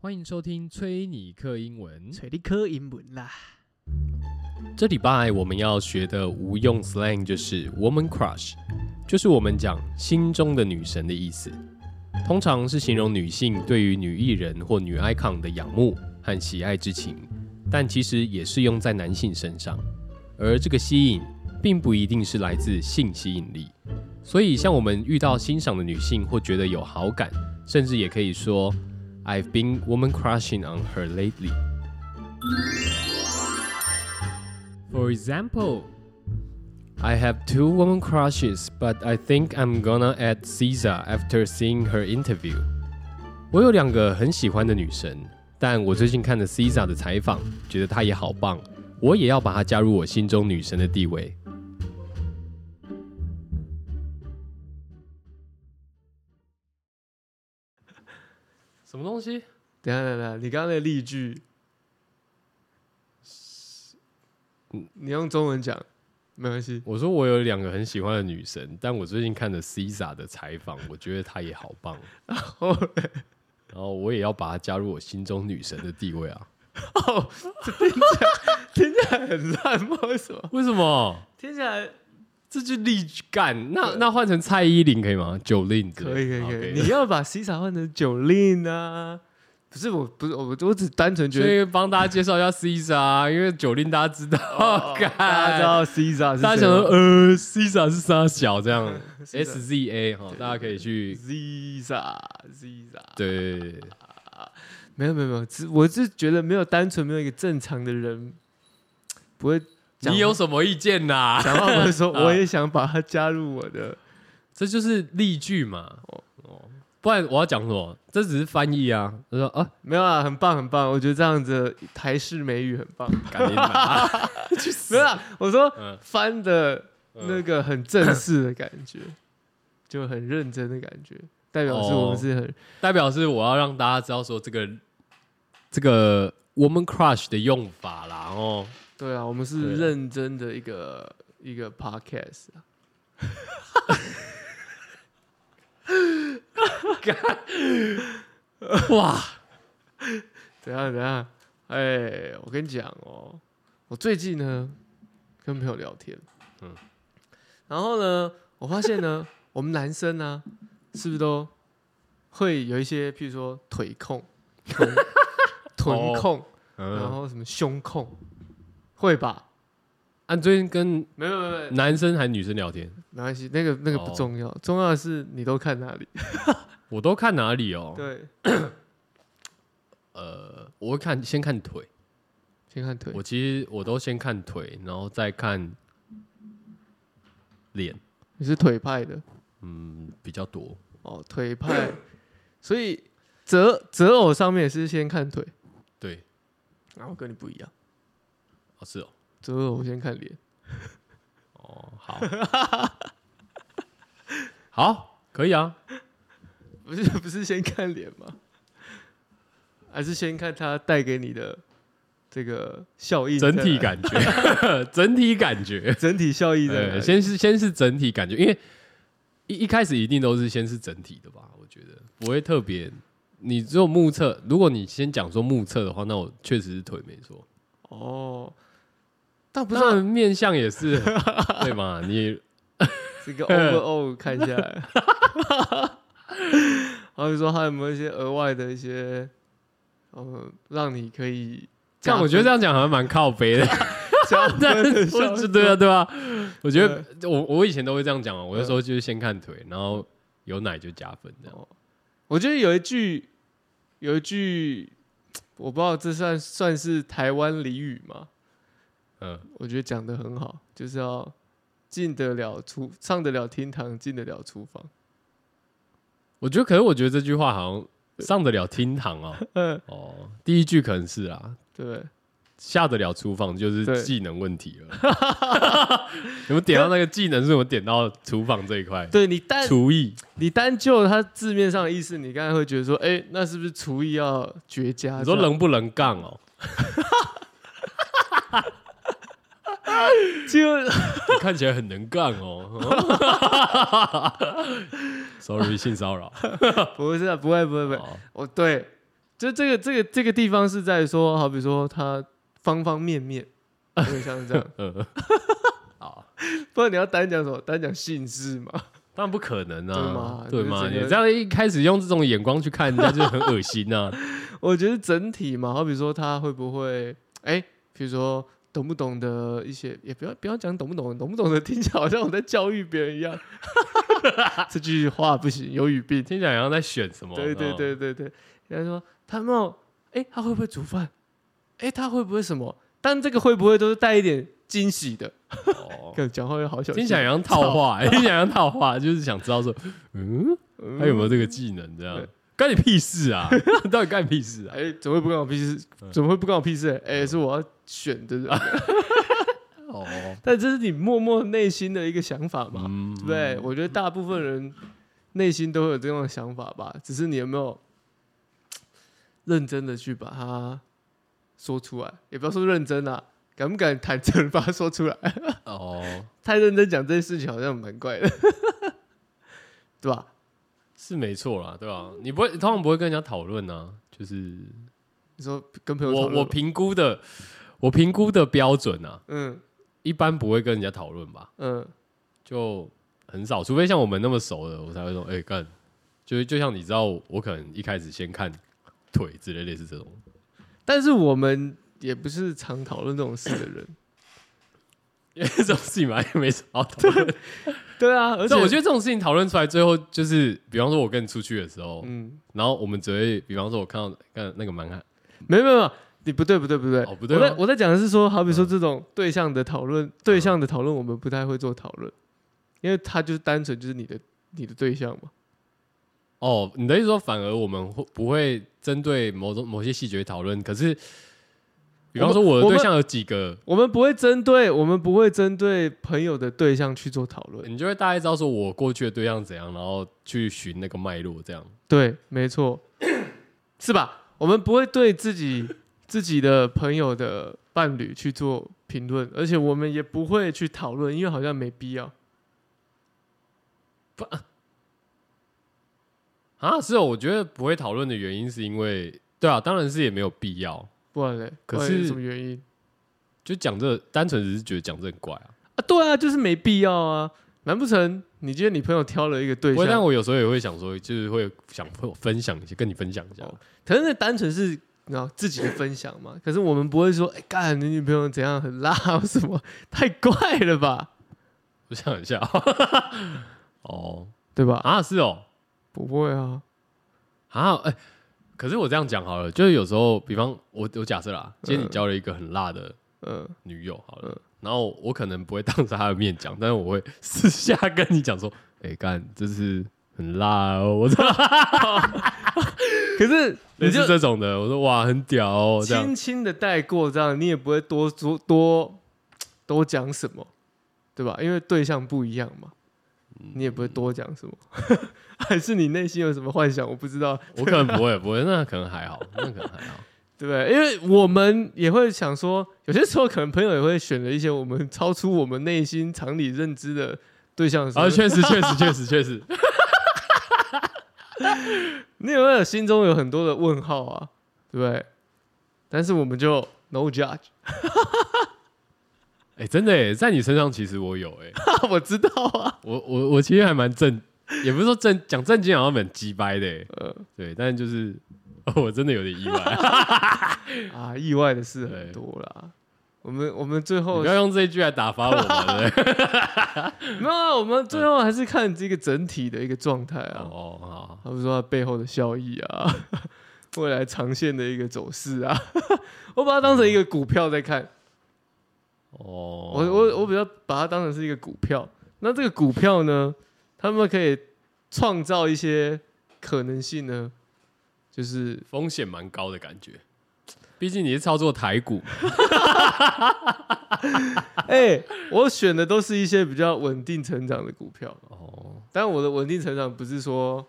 欢迎收听崔尼克英文。找你科英文啦。这礼拜我们要学的无用 slang 就是 woman crush，就是我们讲心中的女神的意思，通常是形容女性对于女艺人或女 icon 的仰慕和喜爱之情，但其实也适用在男性身上。而这个吸引并不一定是来自性吸引力，所以像我们遇到欣赏的女性或觉得有好感，甚至也可以说 I've been woman crushing on her lately。For example, I have two woman crushes, but I think I'm gonna add Caesar after seeing her interview. 我有两个很喜欢的女神，但我最近看了 Caesar 的采访，觉得她也好棒，我也要把她加入我心中女神的地位。什么东西？等一下等一下，你刚刚的例句，你用中文讲没关系。我说我有两个很喜欢的女神，但我最近看了 Cisa 的采访，我觉得她也好棒，哦然后我也要把她加入我心中女神的地位啊！哦，这听起来听起来很烂，不知道为什么？为什么？听起来这就例句干，那那换成蔡依林可以吗？九令之类可以可以可以， OK 你要把 C 傻换成九令啊？不是我，不是我，我只单纯觉 所得以帮大家介绍一下 Cisa，因为九令大家知道，干哦大家知道 C 傻哦是嗯大家想说呃，Cisa 是啥小这样 Cisa S Z A 哈，大家可以去 C 傻 C 傻，对对对对没有没有没有，只我是觉得没有单纯没有一个正常的人不会讲你有什么意见呐？讲话不会 说，啊我也想把它加入我的。这就是例句嘛。哦，不然我要讲什么？这只是翻译啊。他说啊，没有啊，很棒很棒，我觉得这样子台式美语很棒。赶紧拿去没死有！啊，我说嗯翻的嗯那个很正式的感觉，就很认真的感觉，代表是我们是很 代表是我要让大家知道说这个这个 woman crush 的用法啦。哦，对啊，我们对是啊认真的一个一个 podcast 啊。 哇，等一下等一下，哎，我跟你讲哦，我最近呢跟朋友聊天，嗯嗯，然后呢，我发现呢， 我们男生呢、是不是都会有一些，譬如说腿 控、臀臀控，然嗯，后什么胸控，会吧？啊，你最近跟没有没有没有，男生还女生聊天，没关系，那个那个不哦重要，重要的是你都看哪里？我都看哪里哦？对，呃，我会看先看腿，先看腿我其实我都先看腿，然后再看脸，你是腿派的嗯，比较多。哦，腿派， 所以择择偶上面也是先看腿，对，然后跟你不一样，哦是哦，择偶先看脸。哦，好， 好，可以啊。不是不是先看脸吗？还是先看他带给你的这个效益，整体，感觉，整体感觉，整体效益呃，的。先是先是整体感觉，因为一一开始一定都是先是整体的吧，我觉得不会特别。你只有目测，如果你先讲说目测的话，那我确实是腿没错，哦，但不啊不知然道面相也是对嘛？你这个 overall 看下 来，然后你说还有没有一些额外的一些，呃，让你可以这加样分，我觉得这样讲好像蛮靠背 的， 加分的效我果是对啊对啊，我觉得我我以前都会这样讲啊，我有时嗯候就是先看腿，然后有奶就加分这样。我觉得有一句，有一句，我不知道这算算是台湾俚语吗？嗯，我觉得讲的很好，就是要进得了厨，上得了厅堂，进得了厨房。我觉得，可是我觉得这句话好像上得了厅堂哦。嗯，哦，第一句可能是啊，对不对？下得了厨房就是对技能问题了。 你们点到那个技能，是我们点到厨房这一块，对你单厨艺。你单就它字面上的意思，你刚才会觉得说，哎，那是不是厨艺要绝佳？你说这样能不能杠哦？ 就你看起来很能杠 哦。Sorry，性骚扰。不是啊，不会不会不会，哦我对就这个这个这个地方是在说，好比说他方方面面，有点像是这样。 呃，好，不然你要单讲什么？单讲姓氏嘛？当然不可能啊，对嘛对嘛？就是你整个这样一开始用这种眼光去 看，人家就很恶心啊。我觉得整体嘛，好比说他会不会，哎，比如说懂不懂得一些，也不要不要讲懂不懂，懂不懂得听起来好像我在教育别人一样。 这句话不行，有语 病。听起来好像在选什么？啊对对对对对，人家说他们，哎，他会不会煮饭？哎，他会不会什么？但这个会不会都是带一点惊喜的？ 哦，看讲话又好小心，听起来好像套话，欸听起来好像套话，就是想知道说，嗯，嗯他有没有这个技能？这样对干你屁事啊！ 到底干你屁事啊？嗯哎、怎么会不关我屁事？怎么会不关我屁事、哎、是我要选的， 哦，但这是你默默内心的一个想法嘛，嗯对不对？我觉得大部分人内心都会有这样的想法吧，只是你有没有认真的去把它说出来，也不要说认真啦、敢不敢坦诚地把它说出来？ 哦，太认真讲这件事情好像蛮怪的， 对吧？是没错啦，对吧？你不会，通常不会跟人家讨论啊，就是你说跟朋友我讨论我吧评估的，我评估的标准啊，嗯一般不会跟人家讨论吧，嗯就很少，除非像我们那么熟的，我才会说，哎、干，就就像你知道，我可能一开始先看腿之类类似这种， 但是我们也不是常讨论这种事的人， 因为这种事情嘛也没什么好讨论。 对啊，而而且且我觉得这种事情讨论出来，最后就是，比方说我跟你出去的时候，嗯，然后我们只会，比方说我看到看那个蛮汉，没有没有没有，你不对不对不对，哦嗯不对我吗在我在讲的是说，好比说这种对象的讨论，对象的讨论我们不太会做讨论，因为他就是单纯就是你的你的对象嘛，哦，你的意思说反而我们会不会针对某种某些细节讨论？可是，比方说我的我们对象有几个，我们不会针对我们不会针对朋友的对象去做讨论，你就会大概知道说我过去的对象怎样，然后去寻那个脉络，这样对，没错，是吧？我们不会对自己自己的朋友的伴侣去做评论，而且我们也不会去讨论，因为好像没必要。啊？是哦，我觉得不会讨论的原因是因为，对啊，当然是也没有必要，不然嘞，可不然有是什么原因就讲这单纯只是觉得讲这很怪啊。啊？对啊，就是没必要啊。难不成你今天你朋友挑了一个对不过，但象，我有时候也会想说，就是会想分分享一些，跟你分享一下。哦可是那单纯是你知道自己的分享嘛？可是我们不会说，哎、干你女朋友怎样很辣什么，太怪了吧？我想一下， 哦对吧？啊，是哦不会啊，啊，哎、可是我这样讲好了，就是有时候，比方我我假设啦，今天你嗯交了一个很辣的嗯、女友好了，嗯然后我可能不会当着她的面讲，但是我会 私下跟你讲说，哎、干，这是很辣哦，我操，可是类你就似这种的，我说哇，很屌哦，这样轻轻的带过，这样你也不会多多多多讲什么，对吧？因为对象不一样嘛，你也不会多讲什么。 还是你内心有什么幻想？我不知道，我可能不会，不会，那可能还好， 那可能还 好，对不对？因为我们也会想说，有些时候可能朋友也会选了一些我们超出我们内心常理认知的对象的时候啊，确实，确实，确实，确实， 你有没有心中有很多的问号啊？对不对？但是我们就 no judge， 哎、真的哎，在你身上其实我有哎。 我知道啊，我我我其实还蛮正，也不是说正讲正经好像很鸡掰的欸，呃对，但就是 我真的有点意外。 啊，意外的事对很多啦。我们我们最你后不要用这一句来打发我 嘛，对不对？没有啊，我们最后还是看这个整体的一个状态啊，哦，好，他们说它背后的效益啊， 未来长线的一个走势啊， 我把它嗯当成一个股票在看，哦，我我我比较把它当成是一个股票。那这个股票呢，他们可以创造一些可能性呢，就是 风险蛮高的感觉，毕竟你是操作台股，哎、我选的都是一些比较稳定成长的股票，哦，但我的稳定成长不是说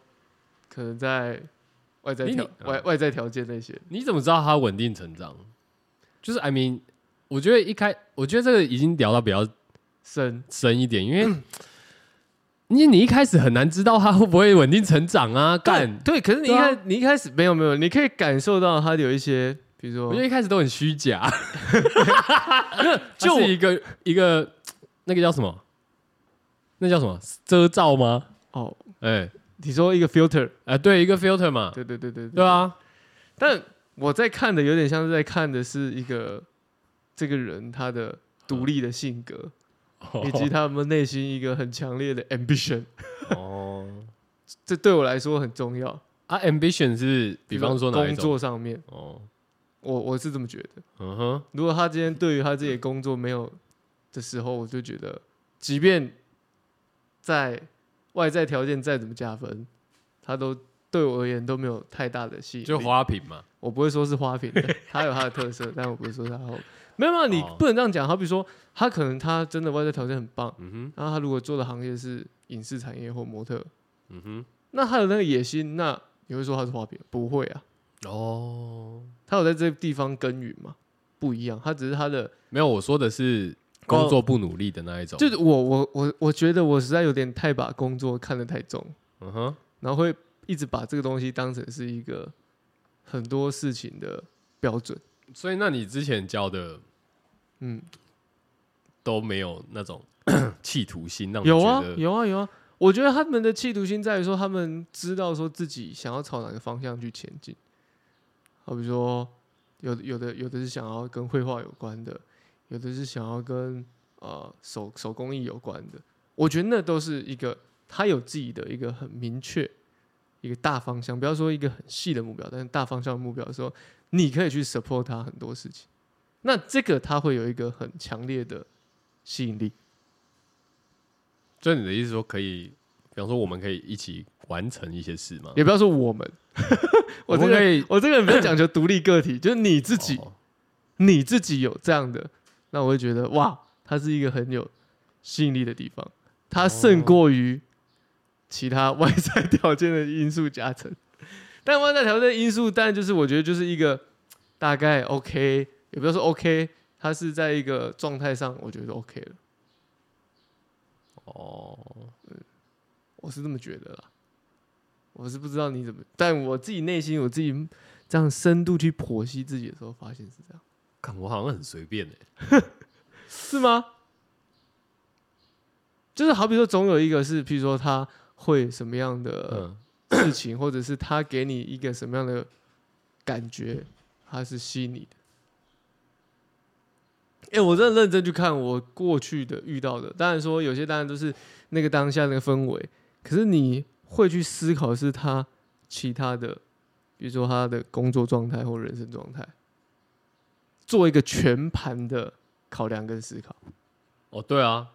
可能在外在你啊条你外外在条件那些。你怎么知道它稳定成长？就是 I mean，我觉得一开，我觉得这个已经聊到比较 深，深一点，因为你你一开始很难知道他会不会稳定成长啊，干。对，可是你一对啊开、你一开始没有没有，你可以感受到他有一些，比如我觉说得一开始都很虚 假，就就一个一个那个叫什么，那叫什么遮罩吗？哦，哎、你说一个 filter，哎、对，一个 filter 嘛，对对对对对对啊，但我在看的有点像是在看的是一个这个人他的独立的性格，以及他们内心一个很强烈的 ambition，哦这对我来说很重要。 啊，ambition 是比方说哪一工种？作上面，哦，我我是这么觉得。嗯哼，如果他今天对于他自己的工作没有的时候，我就觉得，即便在外在条件再怎么加分，他都对我而言都没有太大的吸引力。就花瓶嘛，我不会说是花瓶 的，它有它的特色，但我不会说它好。没有没有，你哦不能这样讲。好比说，他可能他真的外在条件很棒，嗯然后他如果做的行业是影视产业或模特，哼，嗯那他有那个野心，那你会说他是花瓶？不会啊，哼，哦，他有在这个地方耕耘嘛，不一样。他只是他的，没有，我说的是工作不努力的那一种，哦就是我我我我觉得我实在有点太把工作看得太重，嗯哼，然后会一直把这个东西当成是一个很多事情的标准。所以那你之前教的嗯，都没有那 种企图心，让你有啊觉得，有啊，有啊。我觉得他们的企图心在于说，他们知道说自己想要朝哪个方向去前进。好比说，有的有的有的是想要跟绘画有关的，有的是想要跟呃手手工艺有关的。我觉得那都是一个他有自己的一个很明确一个大方向，不要说一个很细的目标，但是大方向的目标的时候，你可以去 support 他很多事情。那这个他会有一个很强烈的吸引力。就你的意思说可以，比方说我们可以一起完成一些事吗？也不要说我们， 我这们可个以我这个人比较讲究独立个体， 就是你自自己，你自己有这样的，那我会觉得哇，它是一个很有吸引力的地方，它胜过于其他外在 条件的因素加成。但外在条件因素，当然就是我觉得就是一个大概 OK，也不要说 OK，它是在一个状态上，我觉得 OK 了，哦，嗯我是这么觉得啦。我是不知道你怎么，但我自己内心我自己这样深度去剖析自己的时候，发现是这样，看我好像很随便哎、是吗？就是好比说，总有一个是，譬如说他会什么样的嗯，事情，或者是他给你一个什么样的感觉，他是吸引你的。哎、我真的认真去看我过去的遇到的，当然说有些当然都是那个当下那个氛围，可是你会去思考是他其他的，比如说他的工作状态或人生状态，做一个全盘的考量跟思考。哦，对啊，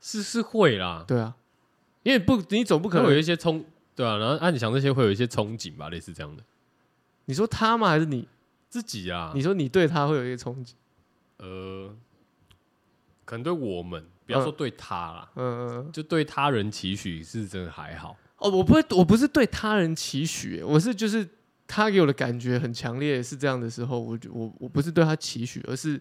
是是会啦，对啊，因为不，你总不可会有能一些冲，对啊，然后按你想这些会有一些憧憬吧，类似这样的，你说他吗？还是你？自己啊，你说你对他会有一个憧憬？呃，可能对我们，不要说对他啦，嗯嗯嗯。就对他人期许是真的还好，哦，我不会，我不是对他人期许，我是就是他给我的感觉很强烈，是这样的时候，我就我我不是对他期许，而是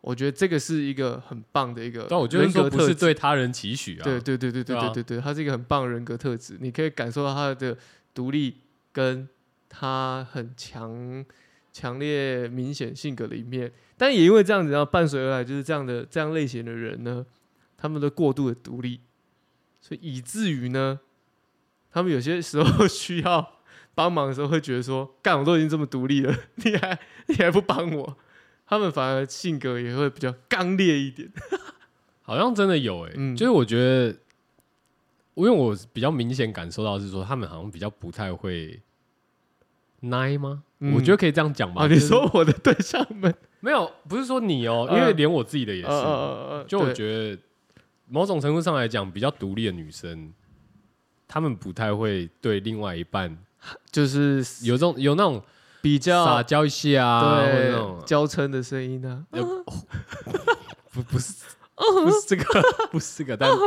我觉得这个是一个很棒的一个人格特质，但我就是说不是对他人期许啊，对对对对对对啊对对对，他是一个很棒的人格特质，你可以感受到他的独立跟他很强强烈明显性格的一面，但也因为这样子，然后伴随而来就是这样的这样类型的人呢，他们都过度的独立，所以以至于呢，他们有些时候 需要帮忙的时候会觉得说，干我都已经这么独立了，你还你还不帮我，他们反而性格也会比较刚烈一点，好像真的有诶、嗯就是我觉得，因为我比较明显感受到是说，他们好像比较不太会奶吗？嗯我觉得可以这样讲吧。啊，你哦就是说我的对象们。没有？不是说你哦、嗯因为连我自己的也是，呃呃呃，就我得，觉得某种程度上来讲，比较独立的女生，她们不太会对另外一半就是有这种有那种比撒较娇一下啊，或者那种对娇嗔的声音啊呢。呃哦嗯不不 是不是这个不是这个，嗯但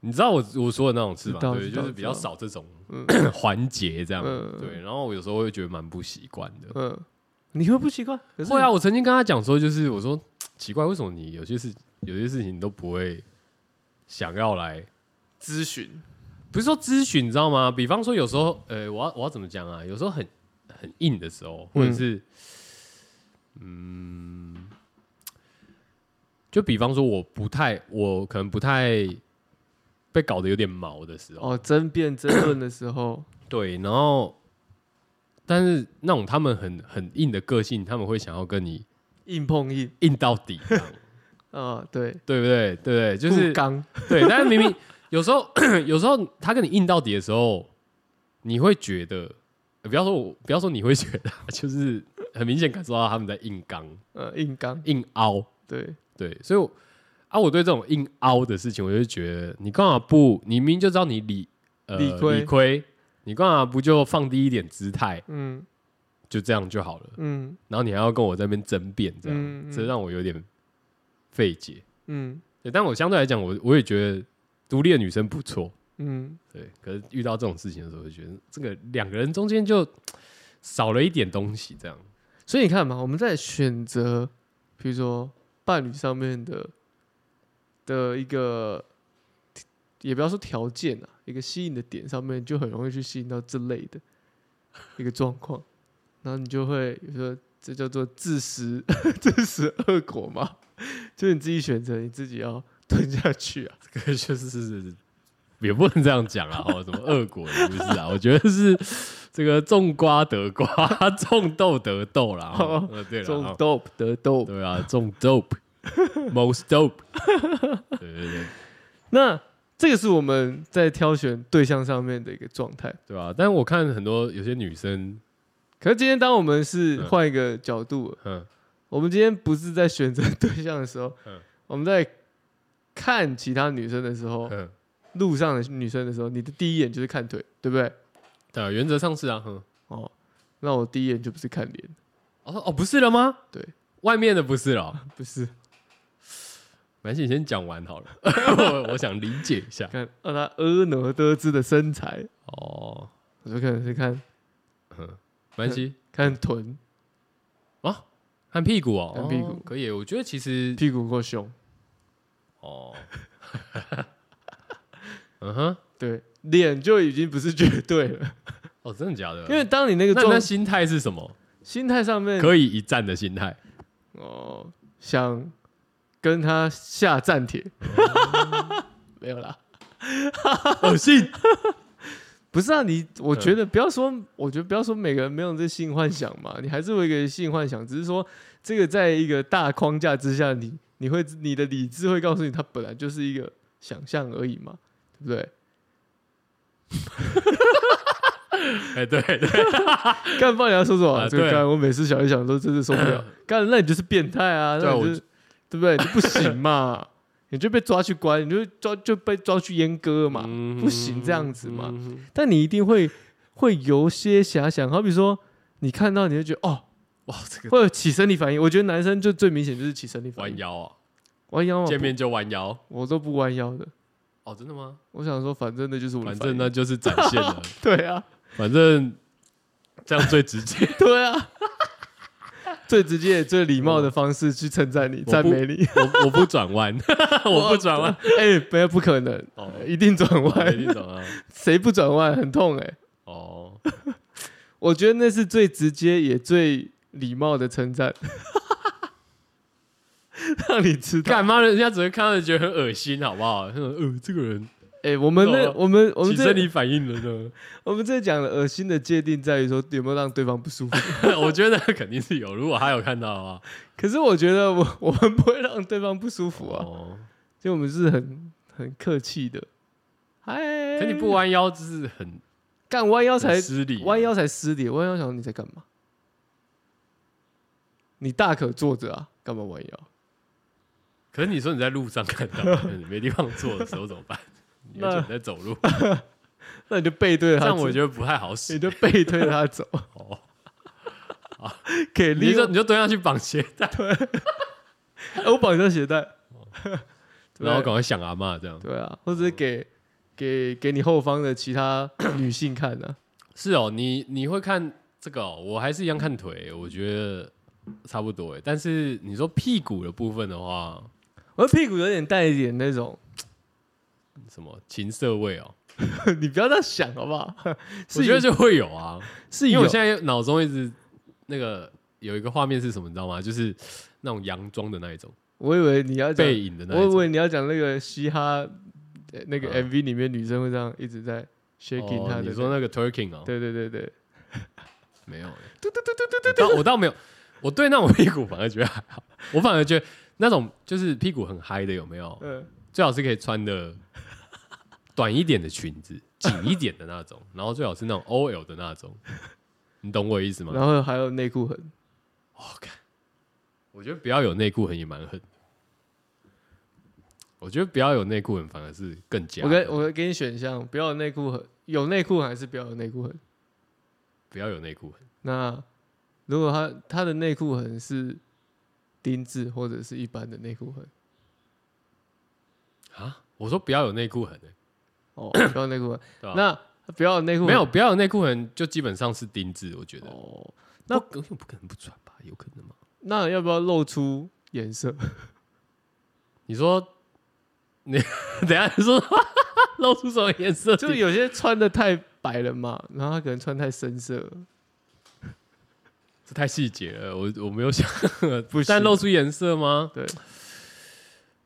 你知道我我说的那种是吧？知道对，知道就是比较知道少这种嗯 环节这样。嗯对，然后我有时候会觉得蛮不习惯的。嗯，你会不习惯？可是会啊，，我曾经跟他讲说，就是我说奇怪，为什么你有些事有些事情你都不会想要来，咨询，不是说咨询，你知道吗？比方说有时候，呃，我要我要怎么讲啊？有时候很很硬的时候，或者是，嗯就比方说我不太，我可能不太被搞得有点毛的时候，哦，争辩争论的 时候，对，然后。但是那种他们很很硬的个性，他们会想要跟你硬碰硬，硬到底这样，啊，对，对不对？对不对？就是不刚， 对，但是明明有时候有时候他跟你硬到底的时候，你会觉得，呃不要说我，不要说你会觉得， 就是很明显感受到他们在硬刚、呃，硬刚，硬凹。对，对，所以我啊，我对这种硬凹的事情，我就觉得你干嘛不？你明明就知道你理呃理亏理亏，你干嘛不就放低一点姿态，嗯就这样就好了？嗯然后你还要跟我在那边争辩，这样、嗯嗯这让我有点费解。嗯对，但我相对来讲，我我也觉得独立的女生不错。嗯，对，可是遇到这种事情的时候，就觉得这个两个人中间就少了一点东西，这样。所以你看嘛，我们在选择，比如说伴侣上面的的一个，也不要说条件啊，一个吸引的点上面，就很容易去吸引到这类的一个状况，然后你就会有时候这叫做自食 自食恶果嘛，就是你自己选择，你自己要吞下去啊。这个就是是也不能这样讲啊，哦，什么恶果也不是啊，我觉得是这个种瓜得瓜，种豆得豆啦。哦哦、呃对了，种哦 dope 得 dope，对啊，种 dope，most dope。对对对，那这个是我们在挑选对象上面的一个状态。对吧、但我看很多有些女生，可是今天，当我们是嗯换一个角度了，嗯，我们今天不是在选择对象的时候，嗯我们在看其他女生的时候，嗯路上的女生的时候，你的第一眼就是看腿，对不对？对啊，原则上是啊，哼、哦，那我第一眼就不是看脸，我说哦，不是了吗？对，外面的不是了。哦不是蛮你先讲完好了， 我我想理解一下。看让她婀娜多姿的身材，哦，我就可能是看蛮西看臀、看屁股 哦，看屁股哦可以。我觉得其实屁股或胸，哦， 嗯哼，对，脸就已经不是绝对了，哦，真的假的？因为当你那个那那状心态是什么？心态上面可以一战的心态。哦，想跟他下战帖， 没有 啦，恶心。不是啊，你我嗯觉得不要说，我觉得不要说每个人没有这性幻想嘛，你还是会有一个性幻想，只是说这个在一个大框架之下，你你会你的理智会告诉你，它本来就是一个想象而已嘛，对不对？哎，对对， 干不然你要说什么？啊这个对干，我每次想一想都真是受不 了。干，那你就是变态啊，对啊那你我就是对不对？你不行嘛， 你就被抓去关，你就抓就被抓去阉割 嘛。嗯不行这样子嘛嗯但你一定会会有些遐想，好比说你看到你就觉得哦，哇，这个会有起生理反应。我觉得男生就最明显就是起生理反弯应，腰啊，弯腰嘛，见面就弯腰。不我都不弯腰的。哦，真的吗？我想说，反正那就是我的反反正应那就是展现 了，对 啊，反正这样最直接。对啊，最直接、也最礼貌的方式去称赞你、不啊赞美你。我我不转弯， 我不转弯。 哎，不要，不可能，哦， 一定转哎弯，你懂啊？ 谁不转弯很痛哎、哦，我觉得那是最直接也最礼貌的称 赞，让你知 道。干嘛？人家只会看到觉得很恶心，好不好？那种呃，这个人哎、我们懂那了我们我起们这身体反应了呢？ 我们这讲的恶心的界定在于说有没有让对方不舒服。我觉得肯定是有，如果他有看到啊，可是我觉得我我们不会让对方不舒服啊，哦，就我们是很很客气的。哎，可你不弯腰就是很干弯腰才很失礼，啊弯腰才失礼，弯腰想说你在干嘛？你大可坐着啊，干嘛弯腰？可是你说你在路上 看到，你没地方坐的时候怎么办？你那而且你在走路，那你就背对这着他走，样我觉得不太好使 你。就背对着他走， 哦，给你力就。你就蹲下去绑鞋带，哎我绑上鞋带，哦对然后赶快想阿妈这样。 对啊，或者是给给给你后方的其 他女性看啊。是哦，你你会看这个、哦，我还是一样看腿，我觉得差不多哎。但是你说屁股的部分的话，我的屁股有点带一点那种 什么情色味哦，你不要这样想好不好？ 我是觉得有就会有啊，是因为有我现在脑中一直那个有一个画面是什么，你知道吗？就是那种洋装的那一种我以为你要讲，背影的那我一以种，为你要讲那个嘻哈呃那个嗯 MV 里面女生会这样一直在 shaking 她哦的，你说那个 turking 哦，对对对对，没有欸，我倒我倒没有，我对那种屁股反而觉得还好，我反而觉得那种就是屁股很嗨的有没有？嗯，最好是可以穿的短一点的裙子，紧一点的那种，然后最好是那种 OL 的那种，你懂我意思吗？然后还有内裤痕，我觉得不要有内裤很也蛮狠的，我觉得不要有内裤很反而是更加我狠。给我给你选项，不要有内裤痕，有内裤痕还是不要有内裤痕？不要有内裤很，那如果他他的内裤痕是丁字或者是一般的内裤痕，我说不要有内裤很、欸，哦， 不要内裤痕，对吧、那不要内裤痕没有不要有内裤很，就基本上是丁字，我觉得。哦，那那不不可能不穿吧？有可能吗？那要不要露出 颜色？你说你 等一下你说露出什么颜色？就有些穿的太白了嘛，然后他可能穿太深色了，这太细节了，我我没有想。不行但露出颜色吗？对，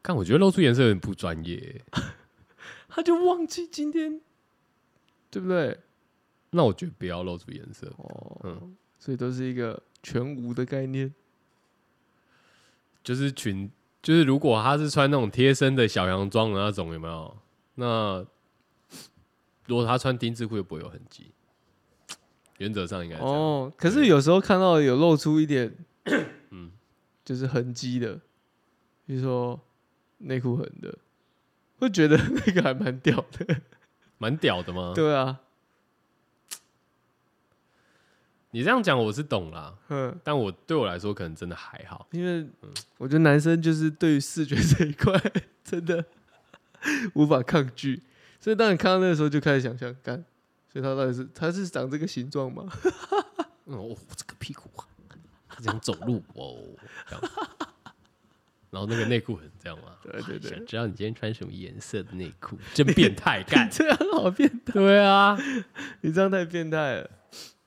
看我觉得露出颜色有点不专业。欸他就忘记今天，对不对？那我觉得不要露出颜色，哦，嗯所以都是一个全无的概念。就是裙，就是如果他是穿那种贴身的小洋装的那种，有没有？那如果他穿丁字裤，就不会有痕迹。原则上应该是这样。哦，可是有时候看到有露出一 点，嗯就是痕迹的，比如说内裤痕的，会觉得那个还蛮屌的。蛮屌的吗？对啊，你这样讲我是懂啦，嗯，但我对我来说可能真的还好。因为我觉得男生就是对于视觉这一块 真的无法抗拒，所以当你看到那个时候就开始想象，干，所以他到底是他是长这个形状吗？嗯，我、我这个屁股啊，他想走路哦，这样。然后那个内裤很这样吗？对 对对！想知道你今天穿什么颜色的内裤？真变态，干 这样好变，对啊，你这样太变态了，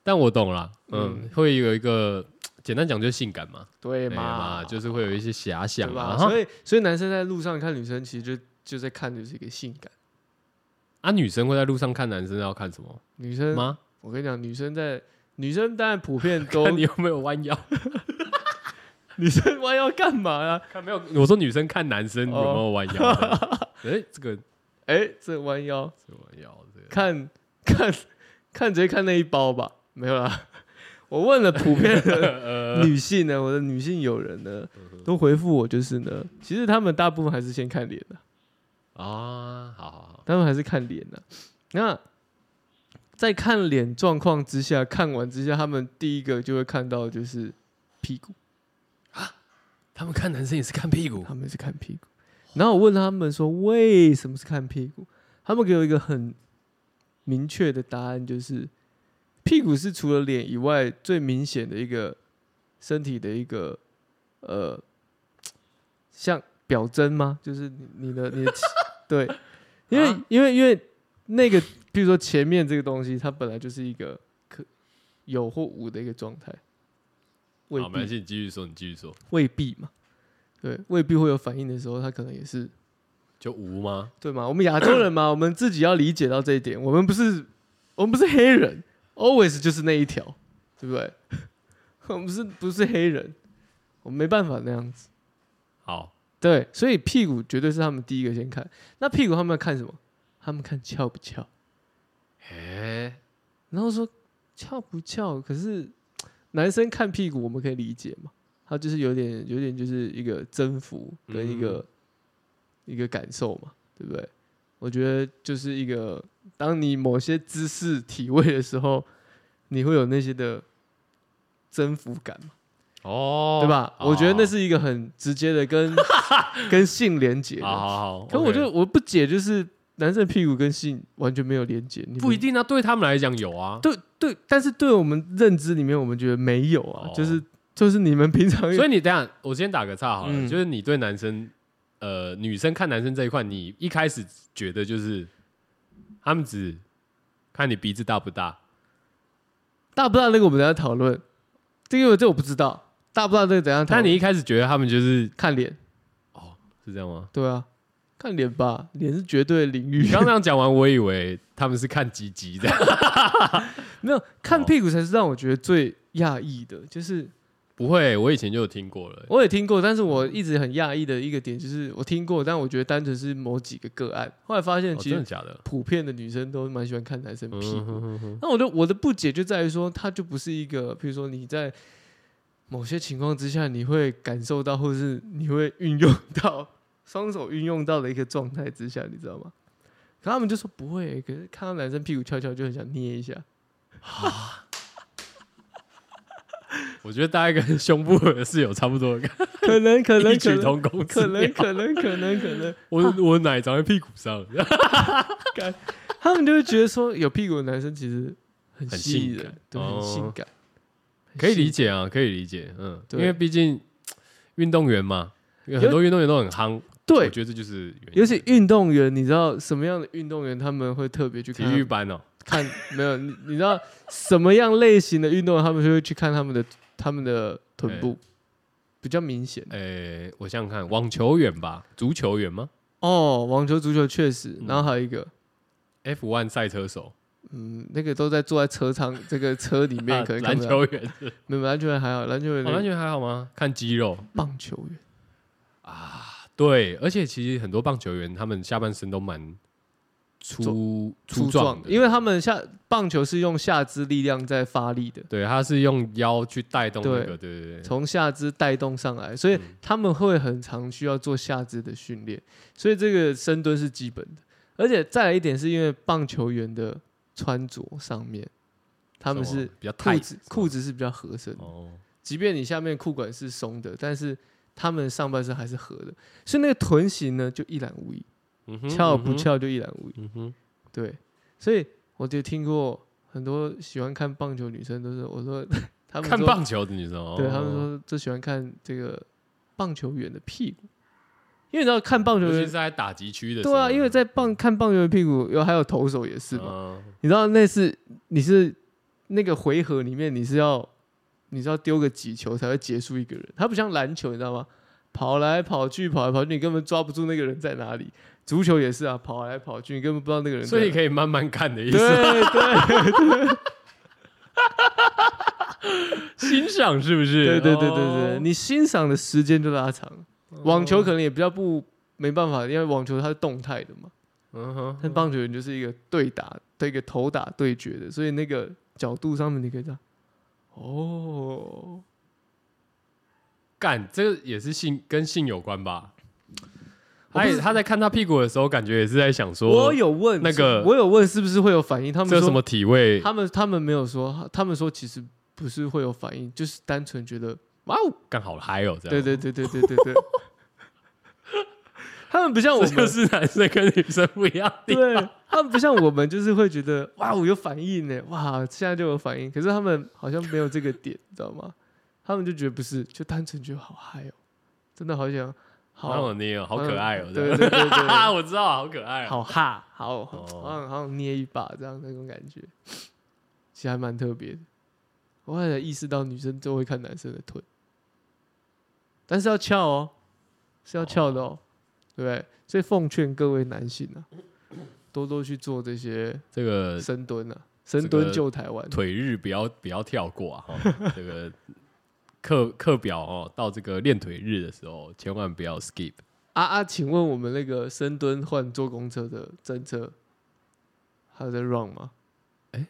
但我懂了，嗯，会有一个简单讲就是性感嘛，对对嘛，就是会有一些遐对想吧？啊。所以以所以男生在路上看女生，其实就就在看就是一个性感啊，女生会在路上看男生要看什么女生。吗？我跟你讲，女生在女生当然普 遍都看你有没有弯腰？女生弯腰干嘛啊呀、看没有？我说女生看男生有没有哦弯腰？ 哎，这个哎、这弯腰这个弯腰，这个看 看看直接看那一包吧，没有啦。 我问了普遍的女性呢，我的女性友人呢，嗯都回复我就是呢，其实他们大部分还是先看脸的，啊，好好好，他们还是看脸的。那在看脸状况之下，看完之下，他们第一个就会看到就是屁股，他们看男生也是看屁股他们是看屁股。然后我问他们说为什么是看屁股，他们给我一个很明确的答案，就是屁股是除了脸以外最明显的一个身体的一个呃，像表征吗？就是你你的你的 对，因为、啊因为因为那个，比如说前面这个东西，它本来就是一个可有或无的一个状态，未好，没必关系，你继续说，你继续说，未必嘛，对，未必会有反应的时候，他可能也是就无吗？对嘛。我们亚洲人嘛，我们自己要理解到这一点，我们不是我们不是黑人，always 就是那一条，对不对？ 我们不是不是黑人，我们没办法那样子。好，对，所以屁股绝对是他们第一个先看。那屁股他们要看什么？他们看翘不翘。哎，然后说翘不翘？可是男生看屁股我们可以理解嘛，他就是有点有点就是一个征服跟一嗯个、一个感受嘛，对不对？我觉得就是一个，当你某些姿势体位的时候，你会有那些的征服感嘛，哦，对吧？我觉得那好是一个很直接 的跟跟性连结好的。好好，可 OK 我就我不解，就是男生屁股跟性完全没有连结，你不一定啊，对他们来讲有啊，对对，但是对我们认知里面，我们觉得没有啊，哦就是就是你们平常有所以你等一下，我先打个岔好了，嗯就是你对男生呃女生看男生这一块，你一开始觉得就是他们只看你鼻子大不大，大不大那个我们等一下讨论，这个这我不知道，大不大那个等一下讨但论。你一开始觉得他们就是看脸，是这样 吗？对啊，看脸吧，脸是绝对的领域你。刚刚那样讲完，我以为他们是看鸡鸡 的，没有看屁股才是让我觉得最讶异的，就是不会，我以前就有听过了。我也听过，但是我一直很讶异的一个点就是我听过，但我觉得单纯是某几个个案，后来发现哦其真的实假的？普遍的女生都蛮喜欢看男生屁嗯股。哼哼哼那我的我的不解就在于说，它就不是一个，譬如说你在某些情况之下你会感受到，或是你会运用到双手运用到的一个状态之下，你知道吗？可他们就说不会，欸可是看到男生屁股翘翘就很想捏一下。嗯我觉得大概跟胸部的是有差不多的感可能 可觉，能异可曲能同工之可能啊妙。可能可能可能，我我奶长在屁股 上，他们就会觉得说有屁股的男生其实很很吸引性人感，对，很性哦感，很可以性理解啊，可以理解，嗯，因对为毕竟嘖运动员嘛，有很多运动员都很夯，我对，觉得这就是原因尤其运动员，你知道什么样的运动员他们会特别去体看他育班哦，看 没有？你你知道什么样类型的运动员他们就会去看他们的他们的臀部，比较明显诶，我想想看，网球员吧，足球员吗哦。网球、足球确实，然后还有一个， ？F 1赛车手，嗯，那个都在坐在车舱 这个车里面，啊可能篮看不到。球员，没有篮球员还好，篮球员哦那个篮球员还好吗？看肌肉，棒球员对，而且其实很多棒球员他们下半身都蛮粗粗壮的，因为他们下棒球是用下肢力量在发力的，对，他是用腰去带动那对个，对对嗯对，从下肢带动上来，所以他们会很常需要做下肢的训练，所以这个深蹲是基本的。而且再来一点，是因为棒球员的穿着上面，他们什么是比较裤太子裤子是比较合身的，哦，即便你下面裤管是松的，但是他们上半身还是合的，所以那个臀型呢就一览无遗，嗯哼翘不，翘就一览无遗。嗯哼，对，所以我就听过很多喜欢看棒球女生都是我说 他嗯哼们看说棒球的女生哦，对他们说最喜欢看这个棒球员的屁股，因为你知道看棒球尤其是员，在打击区的时候，对啊，因为在棒看棒球员屁股，有还有投手也是嘛，吗？你知道那是你是那个回合里面你是要你是要丢个几球才会结束一个人，他不像篮球，你知道吗？跑来跑去，跑来跑去，你根本抓不住那个人在哪里。足球也是啊，跑来跑去，你根本不知道那个人在哪里。所以可以慢慢看的意对思，对欣赏是不是？对对对对对，哦你欣赏的时间就拉长了。网球可能也比较不没办法，因为网球它是动态的嘛，嗯哼但棒球员就是一个对打对一个头打对决的，所以那个角度上面你可以这样。哦，干，这个也是性跟性有关吧？我他不也是他在看他屁股的时候，感觉也是在想说，我有问那个我有问是不是会有反应，他这们有什说么体位？他们他们没有说，他们说其实不是会有反应，就是单纯觉得哇哦，干好嗨哦，这样。对对对对对对 对，他们不像我这们就。是男生跟女生不一样的地方。对，他们不像我们，就是会觉得哇，我有反应呢，哇，现在就有反应。可是他们好像没有这个点，你知道吗？他们就觉得不是，就单纯觉得好嗨哦，真的好想好好嗯有捏哦，好可爱哦，这对样对对对， 我知道，好可爱哦。好哈，好好哦想好想捏一把这样那种感觉，其实还蛮特别的。我后来才意识到女生都会看男生的腿，但是要翘哦，是要翘的哦，对不对？所以奉劝各位男性啊，多多去做这些这个深蹲啊，深呃这蹲个救台湾。腿日不要不要跳过啊， 哈这个课课表哦，到这个练腿日的时候，千万不要 skip。啊啊，请问我们那个深蹲换坐公车的政策还有在 run 吗？诶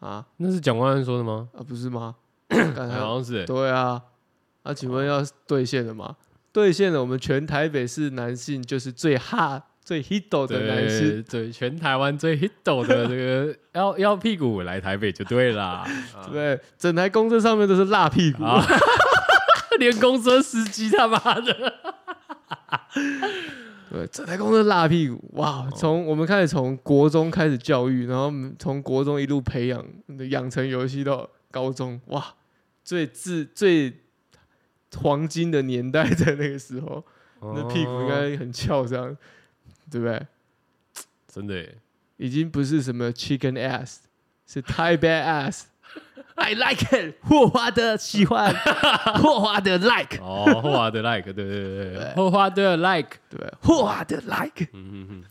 啊那是蒋万安说的吗？啊，不 是吗？刚才好像是欸，对啊，啊，请问要兑现了吗？兑现了，我们全台北市男性就是最哈最 hit 的男性，对对，全台湾最 hit 的这个 要要屁股来台北就对 啦，对不对？整台公车上面都是辣屁股，啊，连公车司机他妈的，对，整台公司辣屁股，哇！从我们开始从国中开始教育，然后我们从国中一路培养，养成游戏到高中，哇，最自最黄金的年代在那个时候，那屁股哦应该很翘，这样对不对？真的耶已经不是什么 chicken ass，是 Thai bad ass。I like it，霍华德喜欢， 霍华德 like，哦，霍华德 like，对对对对，对霍华德 like，对不对？霍华德 like 嗯嗯嗯，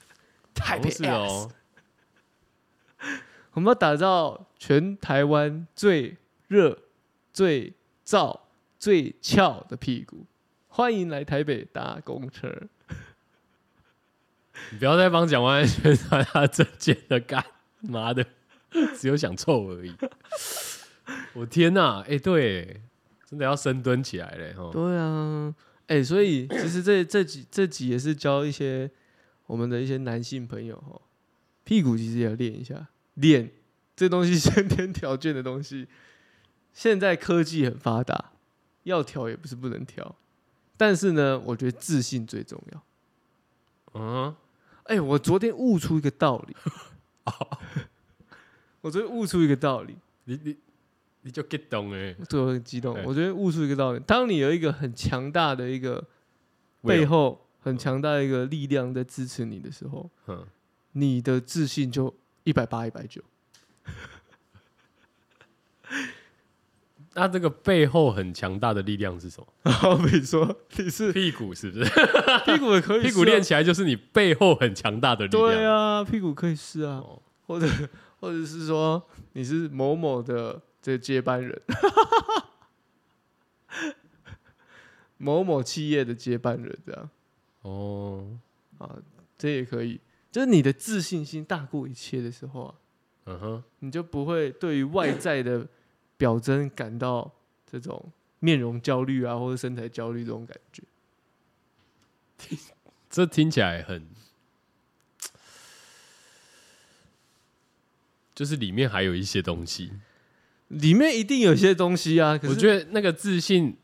台好北像是 ass。哦，我们要打造全台湾最热、最燥、最翘的屁股，欢迎来台北搭公车。你不要再帮蒋万安宣传他证件了，干妈的， 只有想臭而已。我天呐、哎、对耶，真的要深蹲起来嘞，吼，对啊，哎、所以其实这这几这几也是教一些我们的一些男性朋友哦，屁股其实也要练一下，练这东西 先天条件的东西。现在科技很发达，要调也不是不能调，但是呢，我觉得自信最重要。嗯，哎、我昨天悟出一个道理，哦我昨天悟出一个道理，你你你就 get 懂哎，对我很激动哎。我昨天悟出一个道理，当你有一个很强大的一个背后，后很强大的一个力量在支持你的时候，嗯，你的自信就一百八、一百九。那这个背后很强大的力量是 什么？ 好比说你是屁股是不是？ 屁股也可以、啊屁股练，起来就是你背后很强大的力量。对啊，屁股可以试啊，哦，或者或者是说你是某某的这接班 人，某某企业的接班人这样。哦，啊，这也可以。就是你的自信心大过一切的时候啊，嗯哼，你就不会对于外在的表征感到这种面容焦虑啊，或者身材焦虑这种感觉。这听起来很，就是里面还有一些东西。里面一定有些东西啊，可是我觉得那个自信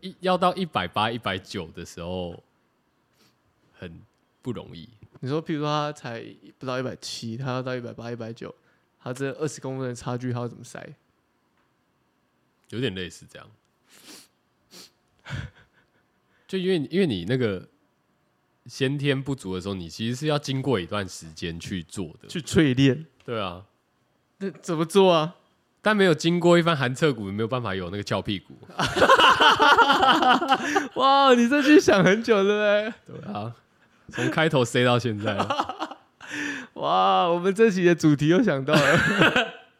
一要到一百八、一百九的时候，很不容易。你说，譬如说他才不到一百七，他要到一百八、一百九，他这二十公分的差距，他要怎么塞？有点类似这样。 就因为因为你那个先天不足的时候，你其实是要经过一段时间去做的，去淬炼，对啊。那怎么做啊？但没有经过一番寒彻骨，你没有办法有那个翘屁 股，哇，你这去想很久，对欸不对？对啊。从开头塞到现 在，哇，我们这期的主题又想到了，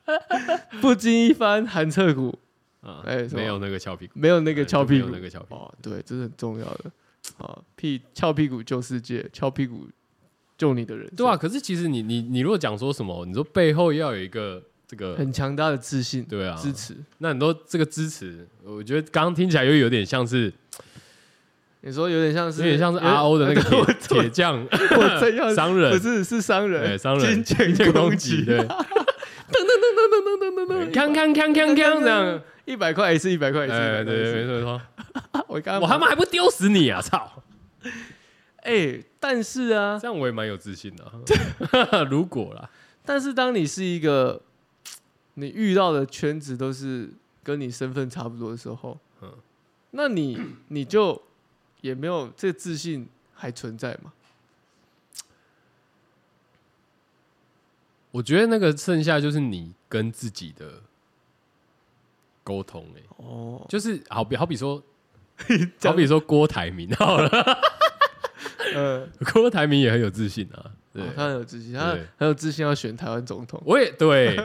不经一番寒彻骨，啊，哎什么没有那个翘屁股，没有那个哎翘屁就股，没有那个翘屁股，哦，对，这是很重要的。啊，屁翘屁股救世界，翘屁股救你的人，对啊。，可是其实你你你如果讲说什么，你说背后要有一个这个，很强大的自信、对啊，支持。那你说这个支持，我觉得刚刚听起来又有点像是，你说有点像是，有点像是 R O 的那个我铁铁匠我真要商人不，是是商对人，商人金钱攻攻击，啊击，对，噔噔噔噔噔噔噔噔噔，锵锵锵锵锵这样，一百块一次，一百块一次，哎， 100块对一次对，嗯没错没错，我刚刚我他妈还不丢死你啊！操，哎，但是啊，这样我也蛮有自信的啊。 如果啦，但是当你是一个你遇到的圈子都是跟你身份差不多的时候，嗯那你你就也没有这自信还存在嘛？我觉得那个剩下就是你跟自己的沟通，哎，哦，就是好比好比 说，好比说郭台铭好了， 呃，郭台铭也很有自信啊， 对哦，他很有自信，他对很有自信要选台湾总统，我也 对，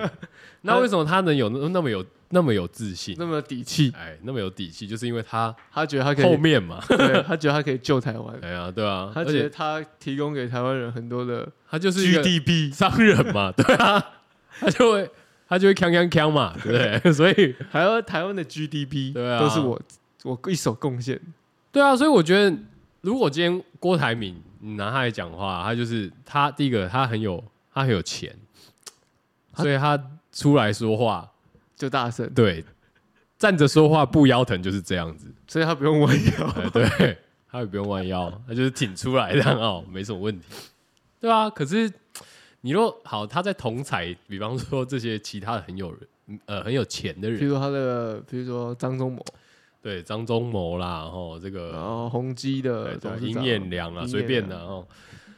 那为什么他能有那那么有那么有自信？那么有底气，哎，那么有底气，就是因为他他觉得他可后以，面 嘛，对他觉得他可以救台湾，哎呀，对啊，他而觉得且他提供给台湾人很多的他就是一个 GDP，商人嘛， 对啊，他就会他就会锵锵锵嘛，对不对？ 所以还有台湾的 GDP 对啊都是我我一手贡献，对啊，所以我觉得如果今天郭台铭你拿他来讲话，他就是他第一个他很有他很有钱，他所以他出来说话，就大胜，对，站着说话不腰疼就是这样子。所以他不用弯腰。哎，对，他也不用弯腰，他就是挺出来的哦，没什么问题，对啊。可是你若好，他在同彩，比方说这些其他的很有人，呃，很有钱的比人，如说他的，比如说张忠谋，对，张忠谋啦，吼，这然个后宏基对的啊对啊董事尹长，彦良啊，尹随彦便良的吼，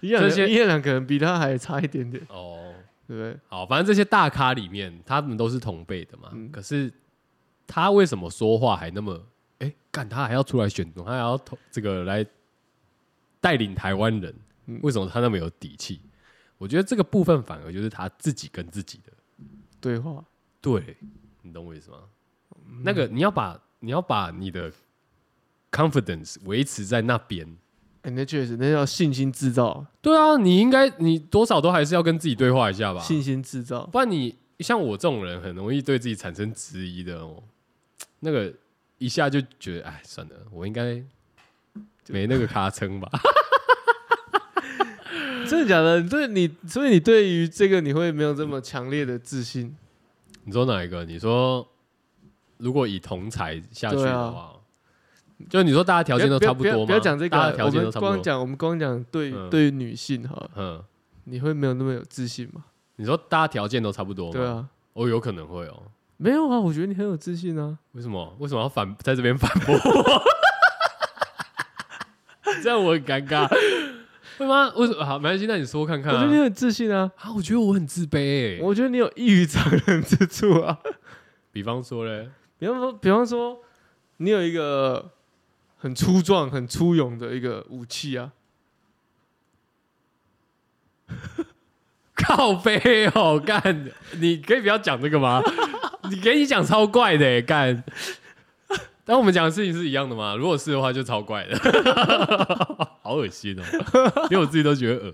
一样这的，些一样两个人比他还差一点点，哦，对不对？好，反正这些大咖里面，他们都是同辈的嘛。嗯可是他为什么说话还那么……哎、干他还要出来选总，他还要投这个来带领台湾人？嗯为什么他那么有底气？我觉得这个部分反而就是他自己跟自己的，对话，对你懂我意思吗？嗯那个你要把你要把你的 confidence 维持在那边。哎，那确实，那叫信心制造，对啊，你应该你多少都还是要跟自己对话啊一下吧。信心制造，不然你像我这种人，很容易对自己产生质疑的哦。那个一下就觉得，哎，算了，我应该没那个咔撑吧？ 真的假的？对你，所以你对于这个你会没有这么强烈的自信，你说哪一个？你说如果以同才下去的话，就你说大家条件都差不多要嘛？不要讲这个大啊家，条我件都们差不多光。讲我们光讲对嗯对于女性哈，嗯，你会没有那么有自信吗？你说大家条件都差不多吗？对，啊，哦，有可能会哦。没有啊，我觉得你很有自信啊。为什么？为什么要反在这边反驳 我？这样我很尴尬。会吗？为什么？好，没关系，那你说看我看、啊。觉得你很自信啊，啊，我觉得我很自卑、欸。我觉得你有异于常人之处啊。比方说嘞，比方说，比方说，你有一个很粗壮、很粗勇的一个武器啊，靠背哦， 干，你可以不要讲这个 吗？你给你讲超怪的、欸，干。但我们讲的事情是一样的吗？如果是的话，就超怪的， 好恶心哦、连我自己都觉得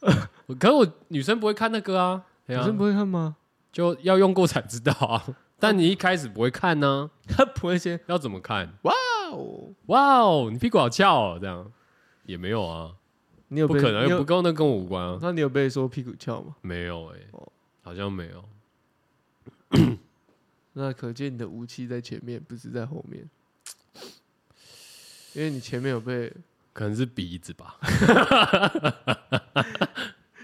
恶。我可是我女生不会看那个啊，对女啊生，不会看吗？就要用过才知道啊。但你一开始不会看呢、他不会先要怎么看？哇哦，哇哦，你屁股好翘哦，这样也没有啊， 你有不被可能，你有不够，那跟我无关啊。那你有被说屁股翘吗？没有哎、哦好像没有。那可见你的武器在前面，不是在后 面，因为你前面有被可能是鼻子吧。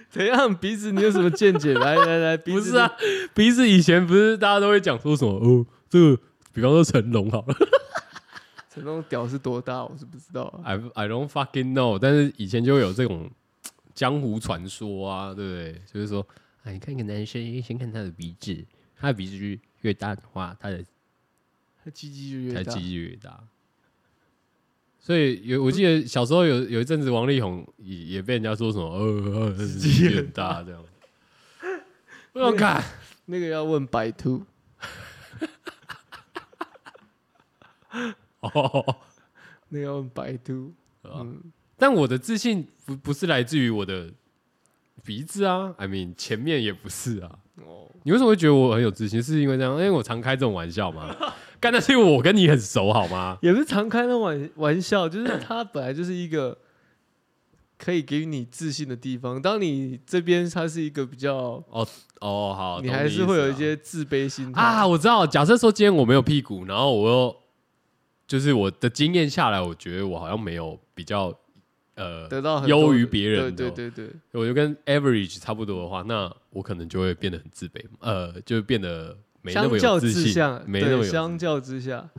怎样鼻子？你有什么见解？来来来，鼻子不是啊，鼻子以前不是大家都会讲说什么哦，这个比方说成龙 好了你，成龙屌是多大？我是不知道啊。 ，I I don't fucking know。但是以前就有这种江湖传说啊，对不对？就是说，哎，你看一个男生，先看他的鼻子，他的鼻子越越大的话，他的他鸡鸡就越他大肌，力越大。所以有，我记得小时候有有一阵子，王力宏也也被人家说什么呃，呃肌肌力很很大 这样。不用看，那个要问白兔，哦，那个要问白兔。对吧嗯， 但我的自信不不是来自于我的鼻子啊，I mean 前面也不是啊。哦，你为什么会觉得我很有自信？是因为这样？因为我常开这种玩笑嘛。 干，那是因为我跟你很熟好吗？也不是常开的玩玩笑，就是他本来就是一个可以给予你自信的地方。当你这边它是一个比较，哦，好，你懂还意思是啊会有一些自卑心态啊。我知道，假设说今天我没有屁股，然后我又就是我的经验下来，我觉得我好像没有比较呃得到很多优的于别人的对哦，对对对，我就跟 average 差不多的话，那我可能就会变得很自卑，呃，就变得没那相么较有之自信下，，没对那么有自相较之下，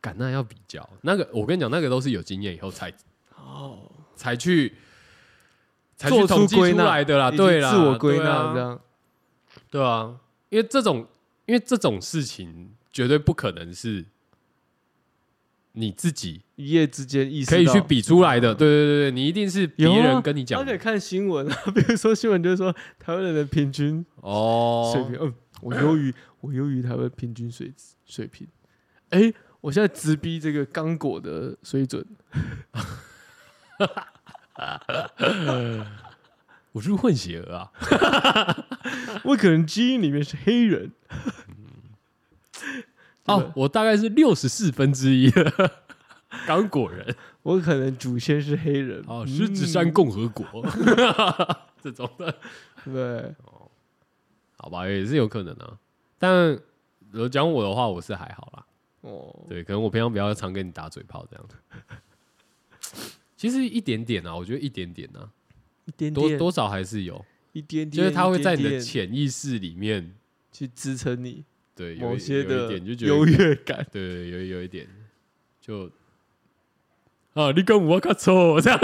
敢那要比较，那个我跟你讲，那个都是有经验以后才哦，才去才去做统计归出纳来的啦，以及对啦，自我归对纳啊这，样，对啊，因为这种因为这种事情绝对不可能是你自己一夜之间意识可以去到。嗯比出来的，对对对对，你一定是别有啊人跟你而讲的且看新闻啊， 比如说新闻就是说台湾人的平均 哦，水平，嗯，我优于我优于台湾平均水水平。哎、我现在直逼这个刚果的 水准，我是不是混血儿 啊，我可能基因里面是黑人，真哦的，我大概是六十四分之一的 刚果人，我可能祖先是黑人，哦，狮子山共和国 这种的。嗯对，好吧，也是有可能啊。但如果讲我的话，我是还好啦。哦，对，可能我平常比较常跟你打嘴炮这样。其实一点点啊，我觉得一点点啊，一点多点，多少还是有，一点点，就是它会在你一的点点潜意识里面，去支撑你，对有某一些有一的点就觉得优越感。对，有有一点，就啊，你跟我卡错这样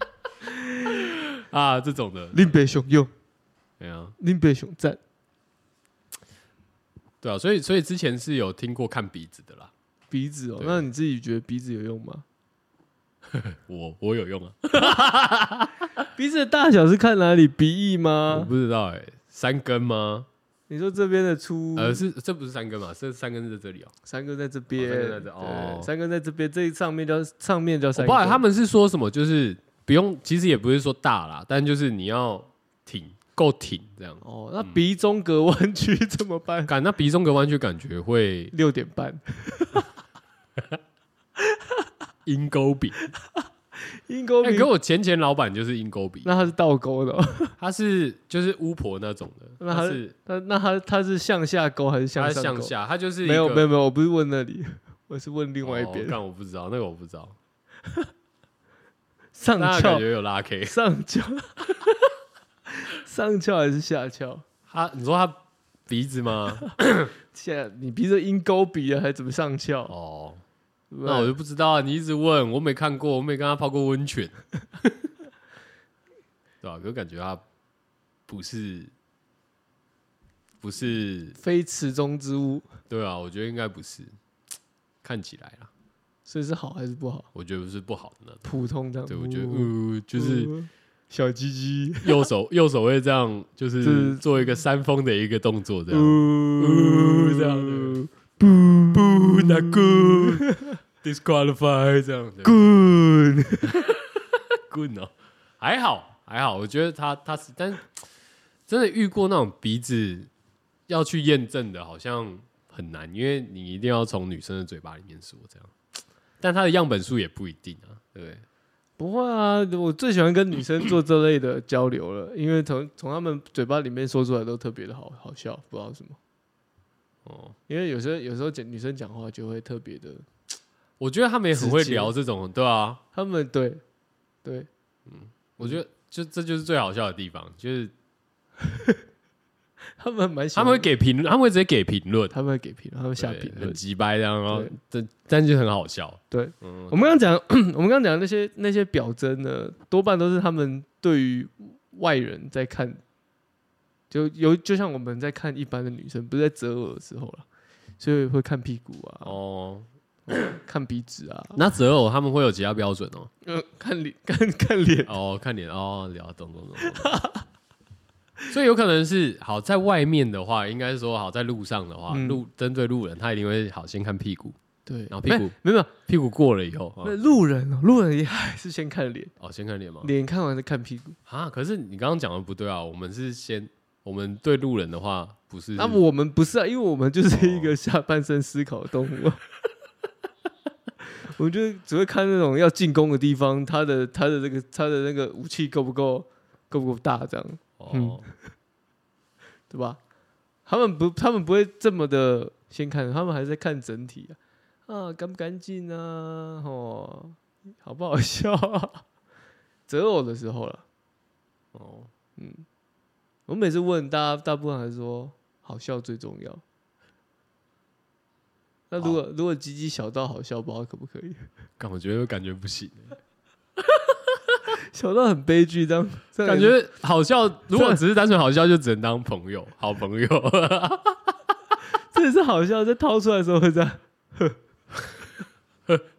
啊，这种的，林北雄用，对啊，林北雄赞，对啊，所以所以之前是有听过看鼻子的啦，鼻子哦，对那你自己觉得鼻子有用吗？我我有用啊，鼻子的大小是看哪里？鼻翼我吗？不知道哎、三根吗？你说这边的粗，呃，是这不是三根嘛？这三根是在这里哦、三根在这哦三根边，在这对哦三根在这边，这上面叫上面叫我三不知根。道他们是说什么，就是不用，其实也不是说大啦，但就是你要挺够挺这样。哦，那鼻中隔弯曲怎么办？感那鼻中隔弯曲感觉会六点半，鹰钩 鼻，鹰钩哎、鼻给，我前前老板就是鹰钩鼻，那它是倒钩的哦， 他是就是巫婆那种的，那他他是那那它它是向下钩还是他向上向钩？下，他就是哦没有没有有没有，我不是问那里，我是问另外一边但我不知道那个我不知道，上那感翘觉有拉 K，上翘 上翘还是下翘？他你说他鼻子 吗？现在你鼻子鹰钩鼻啊，还怎么上翘？哦，对不对那我就不知道啊，你一直问我没看过，我没跟他泡过温 泉，对吧、啊可是感觉他不是不是，非池中之物，对啊，我觉得应该不是，看起来啦，所以是好还是不好？我觉得是不好的那种，普通这样。对我觉得呜呃就是。呜小鸡鸡，右手右手会这样，就就是是做一个山峰的一个动作，这呜样。嗯呜这样的不不那 good disqualify 这样的 good， good 哦，还好还好，我觉得他他是，但真的遇过那种鼻子要去验证的，好像很难，因为你一定要从女生的嘴巴里面说这样，但他的样本数也不一定啊，对不对？不会啊，我最喜欢跟女生做这类的交流了，因为从从她们嘴巴里面说出来都特别的好好笑，不知道为什么。哦，因为有时候有时候讲女生讲话就会特别的，我觉得他们也很会直接聊这种，对啊，她们对对，我觉得就这就是最好笑的地方，就是她们蛮喜他欢们会给评论，他们会直接给评论。他们会给评论，他们下对评论很。鸡掰这样，然后对但但就很好笑。对，嗯我们刚刚讲， 我们刚刚讲的那些那些表征呢，多半都是他们对于外人在看，就有就像我们在看一般的女生，不是在择偶的时候了，所以会看屁股啊，哦，看鼻子啊，那择偶他们会有其他标准哦。呃，看脸， 看看脸， 哦，看脸哦，聊懂懂懂。懂所以有可能是好在外面的话，应该是说好在路上的话，嗯路针对路人，他一定会好先看屁股，对，然后屁股没有没有，屁股过了以后，没有哦，路人哦，路人也还是先看脸，哦先看脸吗？脸看完再看屁股。啊，可是你刚刚讲的不对啊，我们是先我们对路人的话不是那、我们不是啊，因为我们就是一个下半身思考的动物啊、 我们就只会看那种要进攻的地方，他的他的那个他的那个武器够不够够不够大，这样嗯哦，对吧？他们不他们不会这么的先看，他们还是在看整体啊，啊干不干净啊，哦，好不好笑啊？ 择偶的时候了，哦，我每次问大家，大部分还是说好笑最重要。那如果、如果鸡鸡小到好笑，不知道可不可以？ 感我觉得感觉不行。小到很悲剧，这样这样感也是觉好 笑，如果这只是单纯好笑，就只能当朋友，好朋友。 这也是好笑，在掏出来的时候会这样。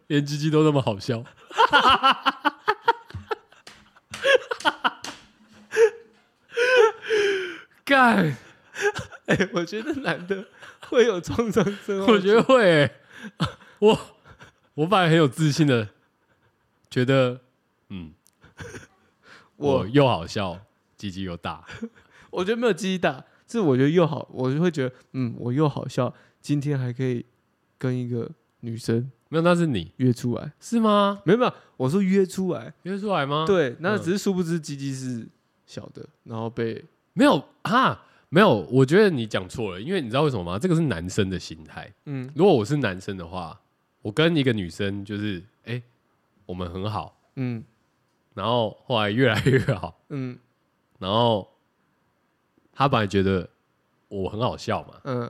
连鸡鸡都那么好笑， 干， 哎、我觉得男的会有创伤症候我觉群，得会欸、 我我本来很有自信的，觉得嗯，我我又好笑，鸡鸡又大，我觉得没有鸡鸡大，是我觉得又好，我就会觉得嗯，我又好笑，今天还可以跟一个女生没有那是你约出来，是吗？没有没有，我说约出来，约出来吗？，对，那嗯只是殊不知鸡鸡是小的，然后被没有啊，没有，我觉得你讲错了，因为你知道为什么吗？这个是男生的心态。嗯。如果我是男生的话，我跟一个女生就是，哎、我们很好，嗯然后后来越来越好，嗯然后他本来觉得我很好笑嘛，嗯，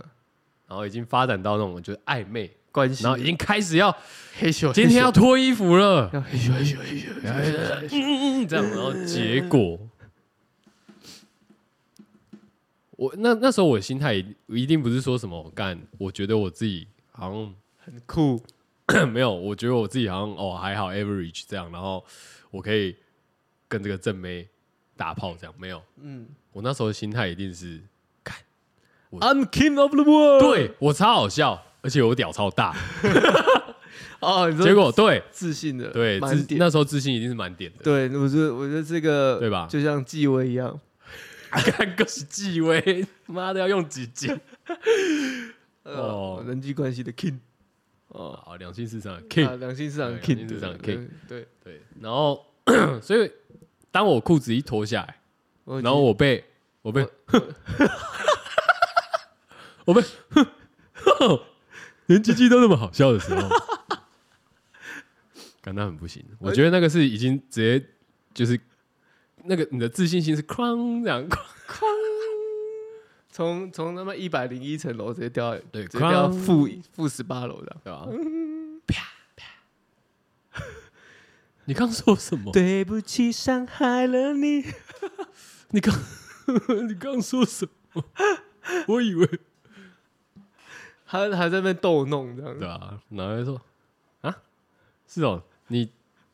然后已经发展到那种就是暧昧，关系然后已经开始要黑咻，今天要脱衣服了，要黑咻黑咻黑咻，然后就嗯嗯这样，然后结果， 我那那时候我心态一一定不是说什么我干，我觉得我自己好像很 酷， 没有，我觉得我自己好像哦还好 average 这样，然后我可以跟这个正妹打炮这样，没有，嗯我那时候的心态一定是，I'm king of the world，，对我超好笑，而且我屌超 大，哦，你说结果对自信的，对，满自点，那时候自信一定是满点的，对，我觉得我觉得这个对吧就像纪薇一样，看个是纪威，妈的要用几 集？哦哦，人际关系的 king，哦，好，两性市场的啊 king 良心市场对 king，良心市场 king 对，对，然后 所以当我裤子一脱下来，对然后我被我被， 我被，连鸡鸡都那么好笑的时候， 感到很不行。我觉得那个是已经直接就是那个你的自信心是哐这样， 哐从从他妈一百零一层楼直接掉到，对直接掉到哐负负十八楼的。对吧？啪啪，你刚说什么？ 对不起，伤害了你。你刚 你刚说什么？我以为他还在那边逗弄这样对子，啊，然后就说啊，是哦，你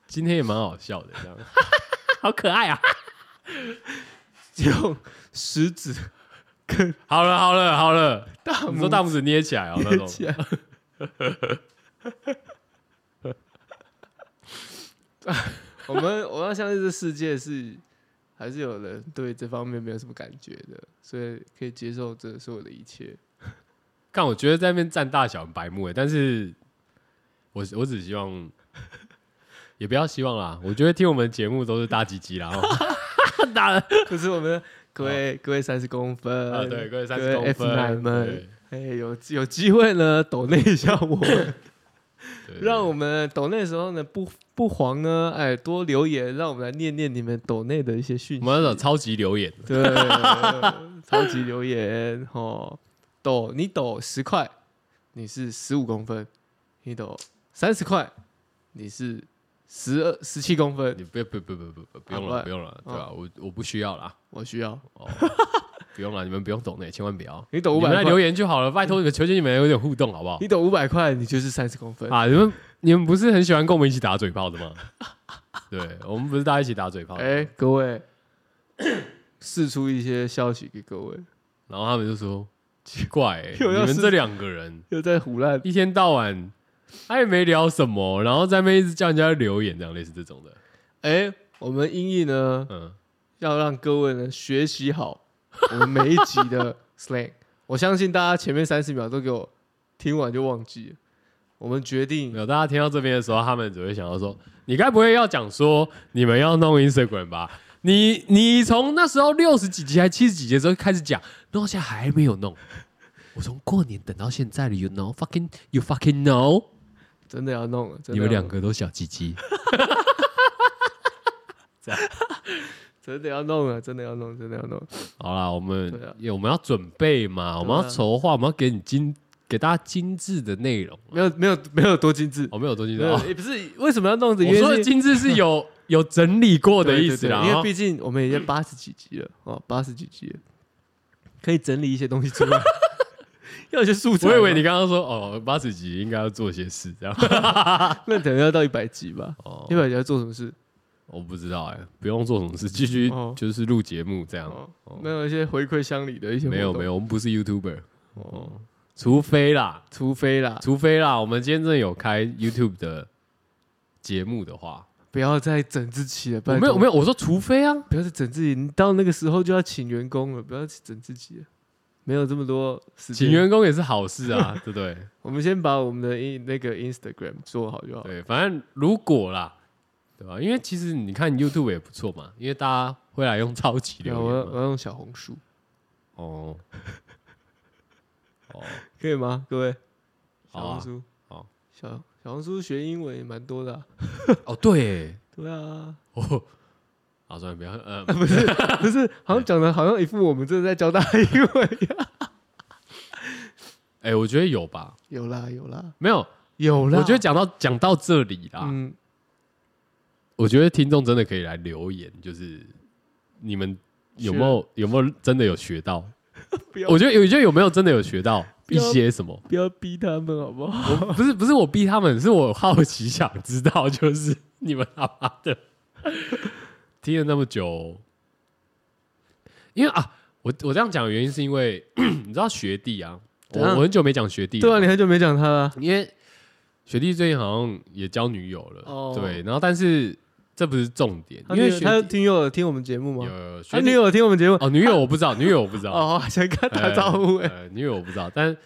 今天也蛮好笑的，这样， 好可爱啊！用食指好了好了好了，大你说拇大拇指捏起来哦，那指种起来。 我们我要相信这世界是还是有人对这方面没有什么感觉的，所以可以接受这所有的一切。 看，我觉得在那边占大小很白目哎，但是我我只希望，也不要希望啦。我觉得听我们节目都是大鸡鸡啦， 哦大了可是我 们各位各位三十公分啊，对，各位三各十位公 F 奶分，们对，哎、有有机会呢，抖内一下我 们。对让我们抖内的时候呢不不黄呢，哎，多留言，让我们来念念你们抖内的一些讯我息。们那种超级留言，对，超级留言哦，抖你抖十块，你是十五公分；你抖三十块，你是十二十七公分。你不要不不不不不不用好吧了不用了，哦对吧？我我不需要啦。我需要哦，不用了，你们不用懂的，千万不要。你抖你五们百来块留，言就好了，拜 托你们，求求你们有点互动好不好你？抖五百块，你就是三十公分。啊，你们你们不是很喜欢跟我们一起打嘴炮的吗？ 对，我们不是大家一起打嘴炮，哎，各位， 试出一些消息给各位，然后他们就说奇怪、欸，又你要们是这两个人又在胡乱一天到晚他也没聊什么，然后在那边一直叫人家留言，这样类似这种的，哎，我们音译呢，嗯，要让各位呢学习好我们每一集 的 slang。我相信大家前面三十秒都给我听完就忘记了。我们决没定，有，大家听到这边的时候，他们只会想到说，你该不会要讲说你们要弄 Instagram 吧？你你从那时候六十几集还七十几集的时候开始讲，弄现在还没有弄。我从过年等到现在了，you know fucking you fucking know，真的要弄了。真的啊你要们弄两个都小鸡鸡，真的要弄了，真的要弄，真的要弄。好啦，我们、对啊啊因为我们要准备嘛，我们要筹划，我们要给你精给大家精致的内容。没有，没有，没有多精致。哦，没有东西没的有，哦，也不是为什么要弄这个我原因说的是精致是有有整理过的意思对对啦，对因哦为毕竟我们已经八十几集了哦，八十几集了，可以整理一些东西出 来。要有些素材嘛，我以为你刚刚说哦，八十集应该要做些事这样。 那可能要到一百集吧？哦一，百集要做什么事？我不知道哎、不用做什么事，继续哦就是录节目这样。哦哦，没有一些回馈乡里的一些没有没有，有，我们不是 YouTuber，哦，除非啦，除非啦，除非啦，我们今天真的有开 YouTube 的节目的话，不要再整自己了，我拜没有我没有，有，我说除非啊，不要再整自己，你到那个时候就要请员工了，不要去整自己了，没有这么多时间。请员工也是好事 啊，对不对？我们先把我们的 in 那个 Instagram 做好就好。对，反正如果啦，对吧？因为其实你看 YouTube 也不错嘛，因为大家会来用超级然后留我要言我嘛。要用小红书，哦，哦，可以吗？各位，好小啊红书，好小小红书学英文也蛮多的啊、哦，对，对 啊，哦，好，算了，不要，呃，不是不是，好像讲的好像一副我们真的在教大家英文一样。哎、我觉得有吧，有啦有啦没有，有啦，我觉得讲到讲到这里啦，嗯，我觉得听众真的可以来留言，就是你们有没有有没有真的有学到？ 不要我觉得有，我觉得有没有真的有学到不一要些什么？不要逼他们好不好？不是不是我逼他们，是我好奇想知道，就是你们他妈的听了那么久，因为啊，我我这样讲的原因是因为 你知道学弟啊，我怎样我很久没讲学弟对啊，了，你很久没讲他了，因为学弟最近好像也交女友了，哦对，然后但是这不是重点，他因女为友学他弟听友有听我们节目有吗？有学他弟女友哎有听我们节目哦女友我不知道，女友我不知道，哦，想跟他打招呼哎，呃，女友我不知道，但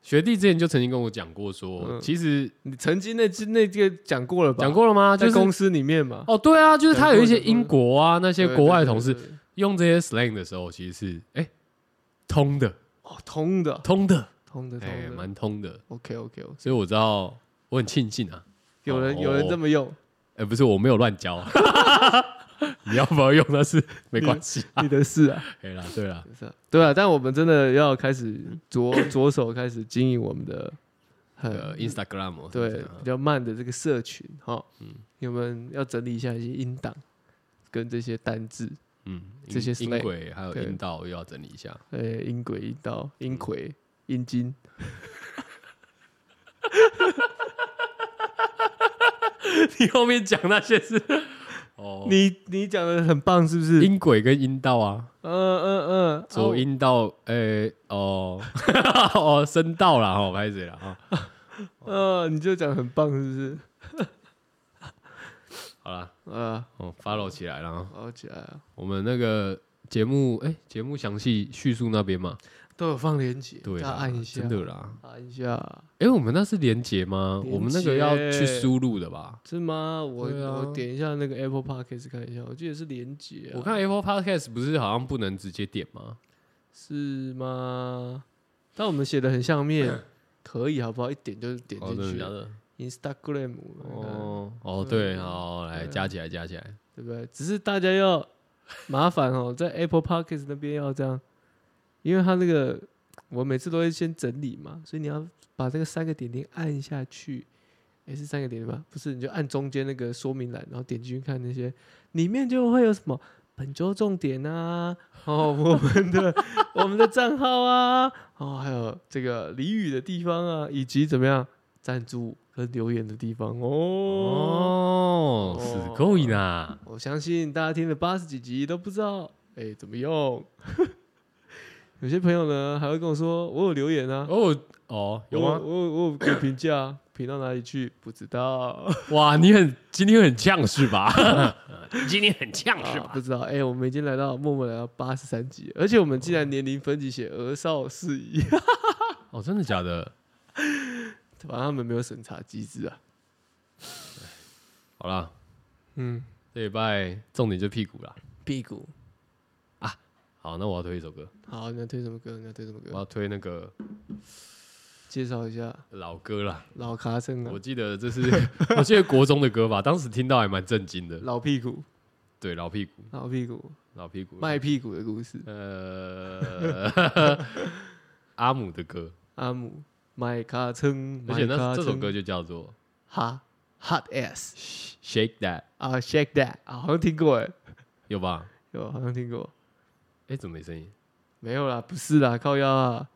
学弟之前就曾经跟我讲过说，嗯其实你曾经那那个讲过了吧？讲过了吗？就在是公司里面嘛，哦，对啊，就是他有一些讲过英国啊那对些国外的对对同事对对用这些 slang 的时候，其实是哎通的，哦，通的通的，通的通哎，的蛮通的， ，OK OK，所以我知道我很庆幸啊，有人哦有人这么用，哎，不是我没有乱教啊， 你要不要用那是没关系 啊，你的事啊。哎啦，对啦，是啊，对啊，但我们真的要开始着 着手开始经营我们的呃很，Instagram 哦对比较慢的这个社群哈，嗯我们要整理一下一些音档跟这些单字，嗯，这些音 slang 轨还有对音道又要整理一下，呃，音轨、音道、音嗯轨、音经。 你后面讲那些是哦，你你讲的很棒，是不是？ 音轨跟音道啊，嗯嗯嗯，走啊音道，诶、哦， 哦，声道啦，哦，拍谁啦啊？我呃，你就讲很棒，是不是？好啦，啊，哦，follow 起来了啊。好起来啊，我们那个节目，诶、节目详细叙述那边嘛，都有放链接，对大啦，家按一下，真的啦。按一下，诶、我们那是连结吗？连结我们那个要去输入的吧？是吗？我、对啊我点一下那个 Apple Podcast 看一下，我记得是连接、啊，我看 Apple Podcast 不是好像不能直接点吗？是吗？但我们写的很像 面，可以好不好？一点就是点哦，进真的去、假的？ Instagram，哦，哦哦，对，嗯好，来对啊加起来，加起来。对不对？只是大家要 麻烦哦，在 Apple Podcast 那边要这样，因为它那个我每次都会先整理嘛，所以你要把这个三个点点按下去。也是三个点点吧？不是，你就按中间那个说明栏，然后点进去看那些，里面就会有什么本周重点啊，哦，我们的 我们的账号啊，哦，还有这个俚语的地方啊，以及怎么样赞助跟留言的地方哦哦，哦是够以呢。 我相信大家听了八十几集都不知道，哎、怎么用？ 有些朋友呢还会跟我说，我有留言啊，哦哦，有我吗？我有我有给评价啊，评到哪里去？不知道， 哇，你很今天很呛是吧？ 今天很呛啊不？知道。哎、我们已经来到默默来到八十三集了，而且我们竟然年龄分级写儿少适宜， 哦，真的假的？反正他们没有审查机制啊。好啦，嗯，这礼拜重点就屁股啦。屁股。好，那我要推一首歌，好，你要推什么歌？你要推什么我歌？要推那个介绍一下老歌啦。老卡森啊我，记得这是 我记得国中的歌吧，当时听到还蛮震惊的。老屁股，对，老屁股，老屁股，老屁股，卖屁股的故事。嗯呃阿姆的歌，阿姆麦卡称，而且那麦卡这首称歌就叫做哈 hot ass Shake That，啊、shake that 啊，好像听过哎，有吧？有好像听过，哎，怎么没声音？没有啦，不是啦，靠腰啊，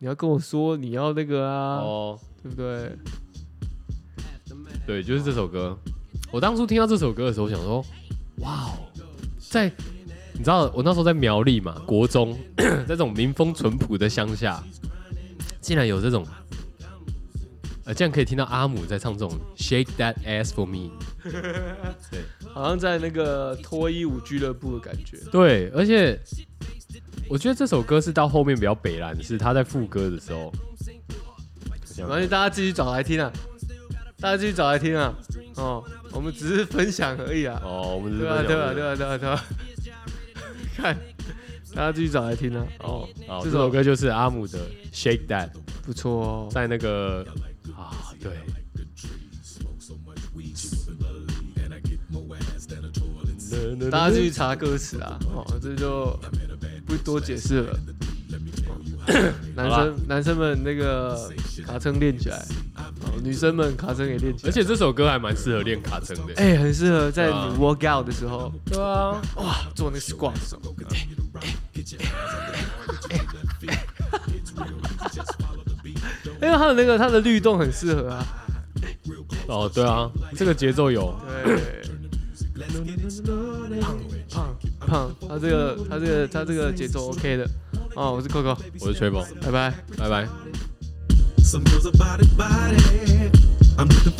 你要跟我说你要那个啊，哦，对不对？对，就是这首歌。我当初听到这首歌的时候，我想说，哇哦，在你知道我那时候在苗栗嘛，国中， 在这种民风淳朴的乡下，竟然有这种，呃，竟然可以听到阿姆在唱这种 Shake That Ass for Me。对好像在那个脱衣舞俱乐部的感觉，对，而且我觉得这首歌是到后面比较北蓝，是他在副歌的时候。没关系，大家自己找来听啊，大家自己找来听啊，哦，我们只是分享而已啊，哦，我们只是对啊，分享对啊，对这个啊，对啊，对啊， 看，大家自己找来听啊，哦，好，这这首首歌就是阿姆的 Shake That。不错哦。在那个啊，对，大家自己查歌词啊，哦，这就不多解释了。男生男生们那个卡称练起来，哦女生们卡称也练起而来，且这首歌还蛮适合练卡层的。哎、很适合在啊你 workout 的时候对啊，做那个 squat 的时候。哎因为哎他的那个他的律动很适合啊，哦对啊，这个节奏有，对， 胖胖，他这个他这个他这个节奏 OK 的，哦，我是 Coco，我是吹风，拜拜。拜拜。 Some girls are body body. I'm looking Oh,